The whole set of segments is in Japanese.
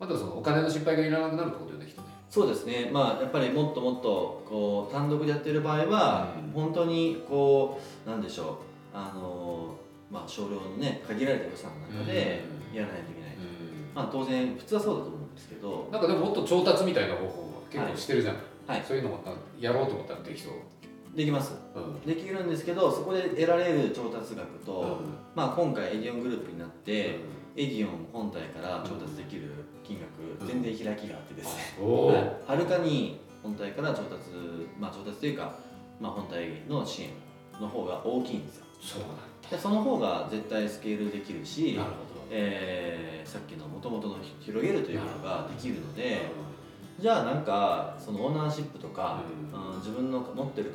あとはそのお金の心配がいらなくなるってことよねきっとねそうですねまあやっぱりもっともっとこう単独でやってる場合は、うん本当にこうなんでしょうあのまあ少量のね限られた予算の中でやらないといけない、まあ当然普通はそうだと思うんですけどなんかでももっと調達みたいな方法は結構してるじゃん、はいそういうのもなんかやろうと思ったらできそう、できますうんできるんですけどそこで得られる調達額と、まあ今回エディオングループになって、エディオン本体から調達できる金額、うん全然開きがあってですね、おおー、はいはるかに本体から調達まあ調達というか、まあ、本体の支援の方が大きいんですよそうなんだでその方が絶対スケールできるしな、るほどえーさっきの元々の広げるということができるのでじゃあなんかそのオーナーシップとか、うん自分の持ってる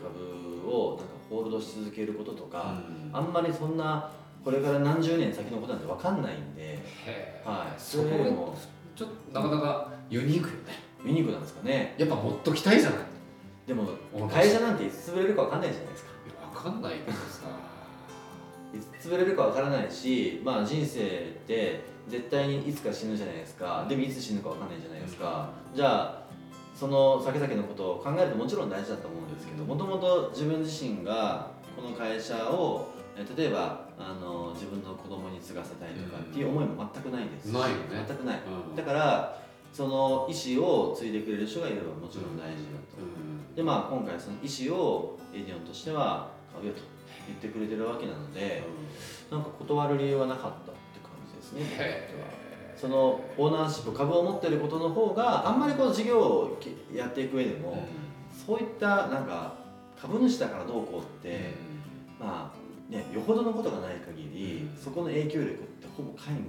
株をなんかホールドし続けることとか、うんあんまりそんなこれから何十年先のことなんて分かんないんで、へーはい、そそこれよりがもちょっとなかなかユニークよねユニークなんですかねやっぱ持っときたいじゃないでもオーナーシップ会社なんていつ潰れるか分かんないじゃないですかいやわかんないけどさいつ潰れるかわからないし、まあ、人生って絶対にいつか死ぬじゃないですかでもいつ死ぬかわかんないじゃないですか、じゃあその先々のことを考えるともちろん大事だと思うんですけどもともと自分自身がこの会社をえ例えばあの自分の子供に継がせたいとかっていう思いも全くないですし、ないよね全くないうんだからその意思を継いでくれる人がいればもちろん大事だとうんでまあ今回その意思をエディオンとしては買うよと言ってくれてるわけなのでなんか断る理由はなかったって感じですね僕にとってはへーそのオーナーシップ株を持ってることの方があんまりこの事業をきやっていく上でうんも、そういったなんか株主だからどうこうって、まあねよほどのことがない限り、うんそこの影響力ってほぼ皆無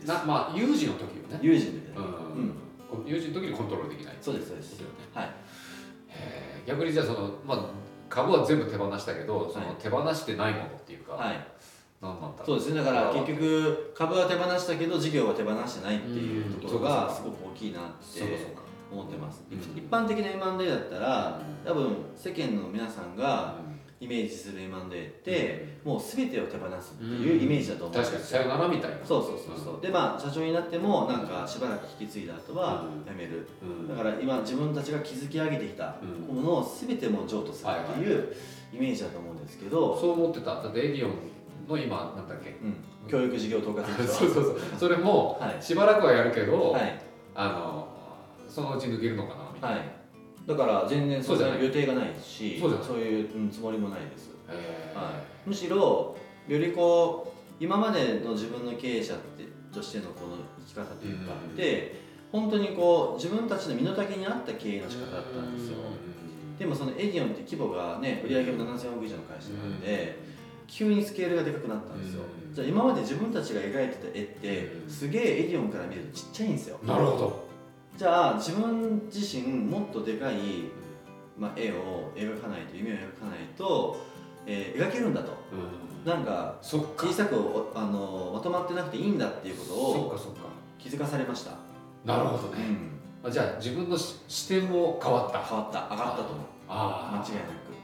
ですなまあ有事の時よね有事みたいな、うんこ有事の時にコントロールできないそうですそうですことよねはいへー逆にじゃあその、まあ、株は全部手放したけどそのはい手放してないものっていうか、はい何なんだそううですねだから結局株は手放したけど事業は手放してないっていううんところそうかがそすごく大きいなっそうかそうてか思ってます、うん一般的な M&A だったら多分世間の皆さんがイメージする M&A ってもう全てを手放すっていうイメージだと思うん確かでにすさよよならみたいなそうそうそうそうでまあ社長になってもなんかしばらく引き継いだ後は辞めるうん、うんだから今自分たちが築き上げてきたうんものを全てもう譲渡するっていうイメージだと思うんですけど、そう思ってただってエディオンの今なんだっけうん、教育事業統括そう そうそうそれもはいしばらくはやるけど、はいあのそのうち抜けるのかなみたいな、はい、だから全然そそううじゃない予定がないしそうじゃないいううんつもりもないです、へーはい、むしろよりこう今までの自分の経営者ってとしてのこの生き方というかうんで本当にこう自分たちの身の丈に合った経営の仕方だったんですようんでもそのエディオンって規模がね売り上げも7000億以上の会社なんで急にスケールがでかくなったんですようんじゃあ今まで自分たちが描いてた絵ってうんすげえエディオンから見るとちっちゃいんですよなるほどじゃあ自分自身もっとでかい、まあ、絵を描かないと夢を描かないと、えー描けるんだとうんなんかそっか小さくおあのまとまってなくていいんだっていうことそっをかそっか気づかされました、なるほうどね、ん、まあじゃあ自分のし視点も変わった変わった上がったと思う間あ違い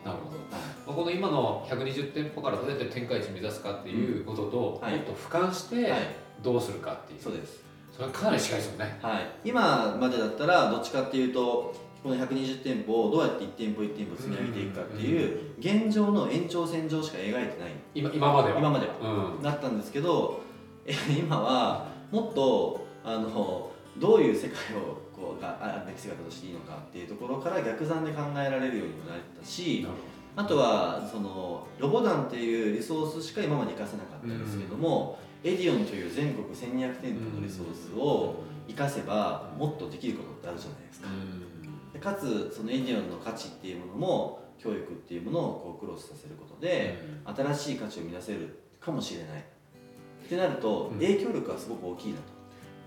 なあなるほど、まく、はいあ、この今の120店舗からどうやって展開地目指すかっていうことと、うんはいもっと俯瞰してはいどうするかっていう、そうです、それはかなり近いですよねはい、今までだったらどっちかっていうとこの120店舗をどうやって1店舗1店舗積み上げていくかっていう現状の延長線上しか描いてない今今までは今まではうんだったんですけど え今はもっとあのどういう世界をこうがああべき姿としていいのかっていうところから逆算で考えられるようにもなったしなるあとはそのロボダンっていうリソースしか今まで活かせなかったんですけども、エディオンという全国1200店舗のリソースほどを活かせばもっとできることってあるじゃないですか。うんでかつそのエディオンの価値っていうものも教育っていうものをこうクロスさせることで、新しい価値を生み出せるかもしれないってなると、うん影響力はすごく大きいなと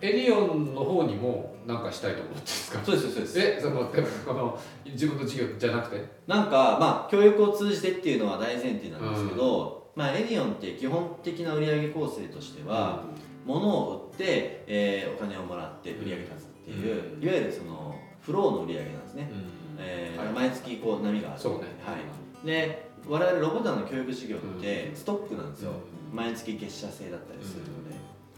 エディオンの方にも何かしたいと思ってんですかそうですそうですえそのでもこの自分の事業じゃなくてなんかまあ教育を通じてっていうのは大前提なんですけど、まあエディオンって基本的な売上構成としては、物を売って、えーお金をもらって売り上げ立つっていう、うんいわゆるそのフローの売り上げなんですうね、んえーはい毎月こう波があるそうねはいで我々ロボタンの教育事業ってうんストックなんですよ、うん毎月月謝制だったりするの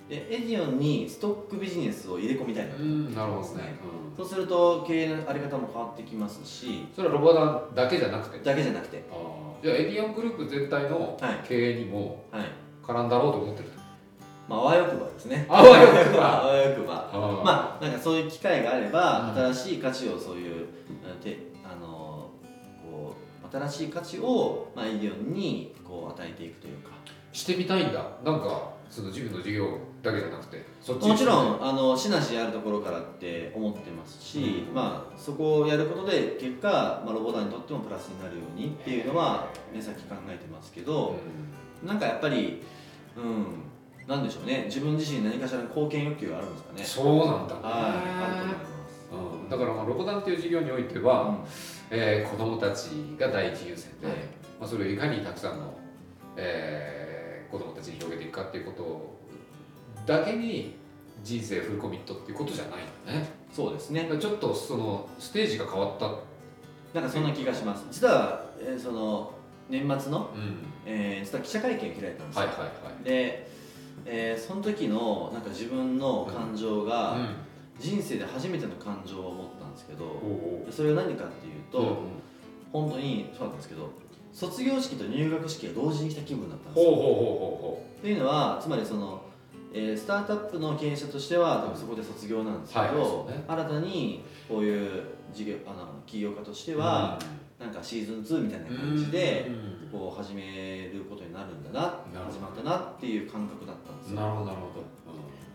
で、でエディオンにストックビジネスを入れ込みたいな、うんなるほどですね、うんそうすると経営のあり方も変わってきますしそれはロボダンだけじゃなくてだけじゃなくてあーじゃあエディオングループ全体のはい経営にもはい絡んだろうと思ってるとまああわよくばですねあわよくば あわよくばあーまあなんかそういう機会があれば、うん新しい価値をそういうであのこう新しい価値を、まあ、イデオンにこう与えていくというかしてみたいんだなんかその自分の事業だけじゃなくてそっちもちろんあのシナジーあるところからって思ってますし、うんまあ、そこをやることで結果、まあ、ロボダンにとってもプラスになるようにっていうのは目先考えてますけうんど、なんかやっぱりうんなんでしょうね自分自身に何かしらの貢献欲求があるんですかねそうなんだねはいあると思いますうんだからまあロボダンっていう事業においては、えー子どもたちが第一優先で、はいまあ、それをいかにたくさんの、えー子どもたちに広げていくかっていうことだけに人生フルコミットっていうことじゃないのねそうですねだからちょっとそのステージが変わった、なんかそんな気がします実は、えーその年末の、うん、えー実は記者会見を開いたんですはよ、いはいはいで、えーその時のなんか自分の感情が、うん人生で初めての感情を持ったんですけおどうそれは何かっていうと、おう本当にそうなんですけど卒業式と入学式が同時に来た気分だったんですほうほうよほうほというのはつまりその、えースタートアップの経営者としては多分そこで卒業なんですけど、はいそうね新たにこういう事業あの起業家としてうほうは、なんかシーズン2みたいな感じで、うんこう始めることになるんだななるほど始まったなっていう感覚だったんですよなるほどなるほど、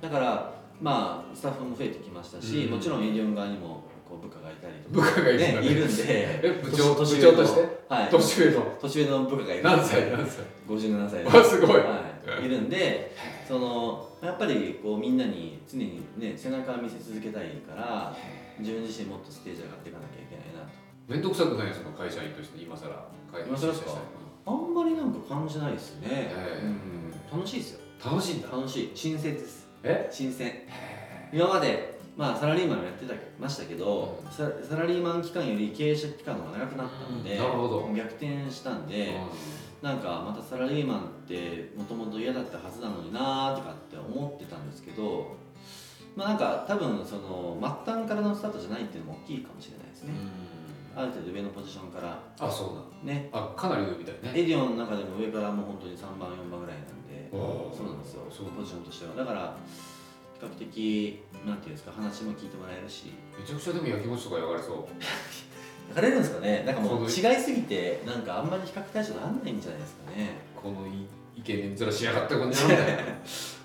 だからまあスタッフも増えてきましたし、うんもちろんエディオン側にもこう部下がいたりと部か、下がいるんだね、いるんえ で部長部年長として、はい、年上の年上の部下がいる何歳何歳57歳わすごいはい、いるんでそのやっぱりこうみんなに常にね背中を見せ続けたいから自分自身もっとステージ上がっていかなきゃいけないなと面倒くさくないその会社員として今更会今更ですかあんまりなんか感じないですね、えうん、楽しいですよ楽しいんだ楽しい新鮮ですえ新鮮今までまあサラリーマンをやってたましたけど、うササラリーマン期間より経営者期間の方が長くなったので、うんなるほど逆転したんで、なんかまたサラリーマンってもともと嫌だったはずなのになーとかって思ってたんですけどまあなんか多分その末端からのスタートじゃないっていうのも大きいかもしれないですうんね、ある程度上のポジションからあそうなんねあかなり上みたいねエディオンの中でも上からもう本当に3番4番ぐらいなんでおーそうなんですよそうポジションとしてはだから比較的なんていうんですか話も聞いてもらえるしめちゃくちゃでも焼きもちとか焼かれそう流れるんですかねなんかもう違いそすぎてなんかあんまり比較対象にならないんじゃないですかねこのいイケメン面しやがってこんなんだよ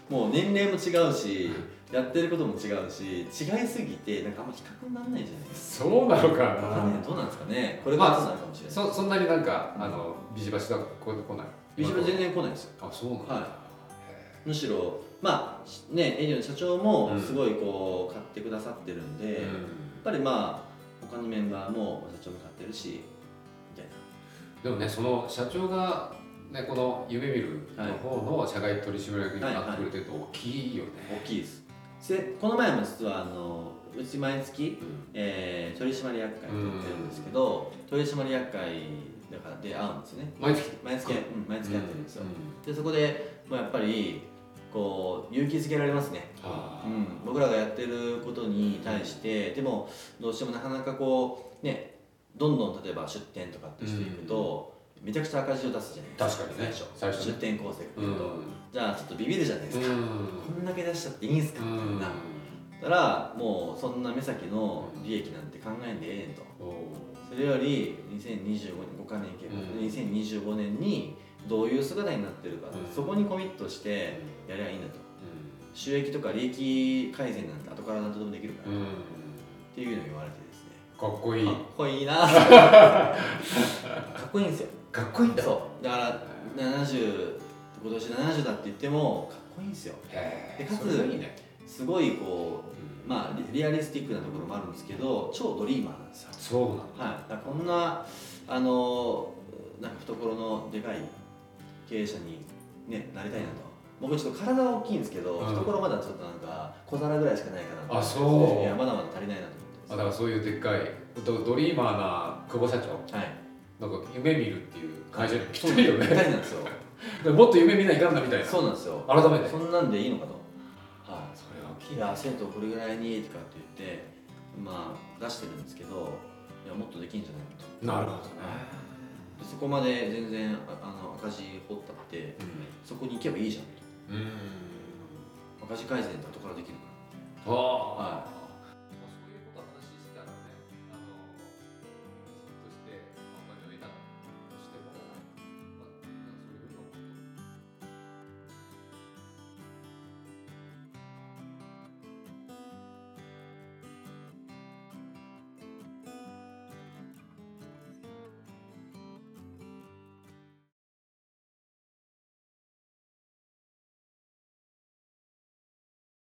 もう年齢も違うしやってることも違うし違いすぎてなんかあんま比較にならないじゃないですそうなのかかわかんないなどうなんですかねこれからまあどうなるかもしれないそそんなになんかあのビジバシだこう来ないビジュアル全然来ないですよあそうなんだはいむしろまあねエディオンの社長もすごいこう買ってくださってるんへで、えやっぱりまあ他のメンバーも社長も買ってるしみたいなでもねその社長がねこの夢見るの方の社外取締役になってくれてると大きいよね、大きいですでこの前も実はあのうち毎月、えー取締役会ってやってるんですけど、取締役会だからで会うんですよね毎月毎月、うん、毎月やってるんですよ、うんでそこでもうやっぱりこう勇気づけられますねあうーん、僕らがやってることに対してでもどうしてもなかなかこうねどんどん例えば出店とかってしていくと、めちゃくちゃ赤字を出すじゃないですか確かにね最最初初出ね店構成ってういんうと、じゃあちょっとビビるじゃないですか、こんだけ出しちゃっていいんすかみたいなだからもうそんな目先の利益なんて考えんでええねんとそれより2025年5カ年計画で、うん2025年にどういう姿になってるか、うんそこにコミットしてやりゃいいんだと収益とか利益改善なんて後から何とでもできるから、っていうのを言われてですねかっこいいかっこいいな かっこいいんですよかっこいいんだそうだから70今年70だって言ってもかっこいいんですよへえでかつそれがいいねすごいこうまあリリアリスティックなところもあるんですけど超ドリーマーなんですよそうなんだはい、だからこんなあのなんか懐のでかい経営者に、ね、なりたいなと僕ちょっと体は大きいんですけど、うん懐まだちょっとなんか小皿ぐらいしかないかなあそういやまだまだ足りないなとあだか思ってらそういうでっかいドドリーマーな久保社長ますはいなんか夢見るっていう会社にぴったりよぴったねりなんですよ もっと夢見ないかんなみたいなそうなんですよ改めてそんなんでいいのかといや生徒これぐらいにとかって言ってまあ出してるんですけどいやもっとできんじゃないかとなるほどね、でそこまで全然ああの赤字掘ったってそこに行けばいいじゃんうん、うんと赤字改善って後からできるかああ、ら、は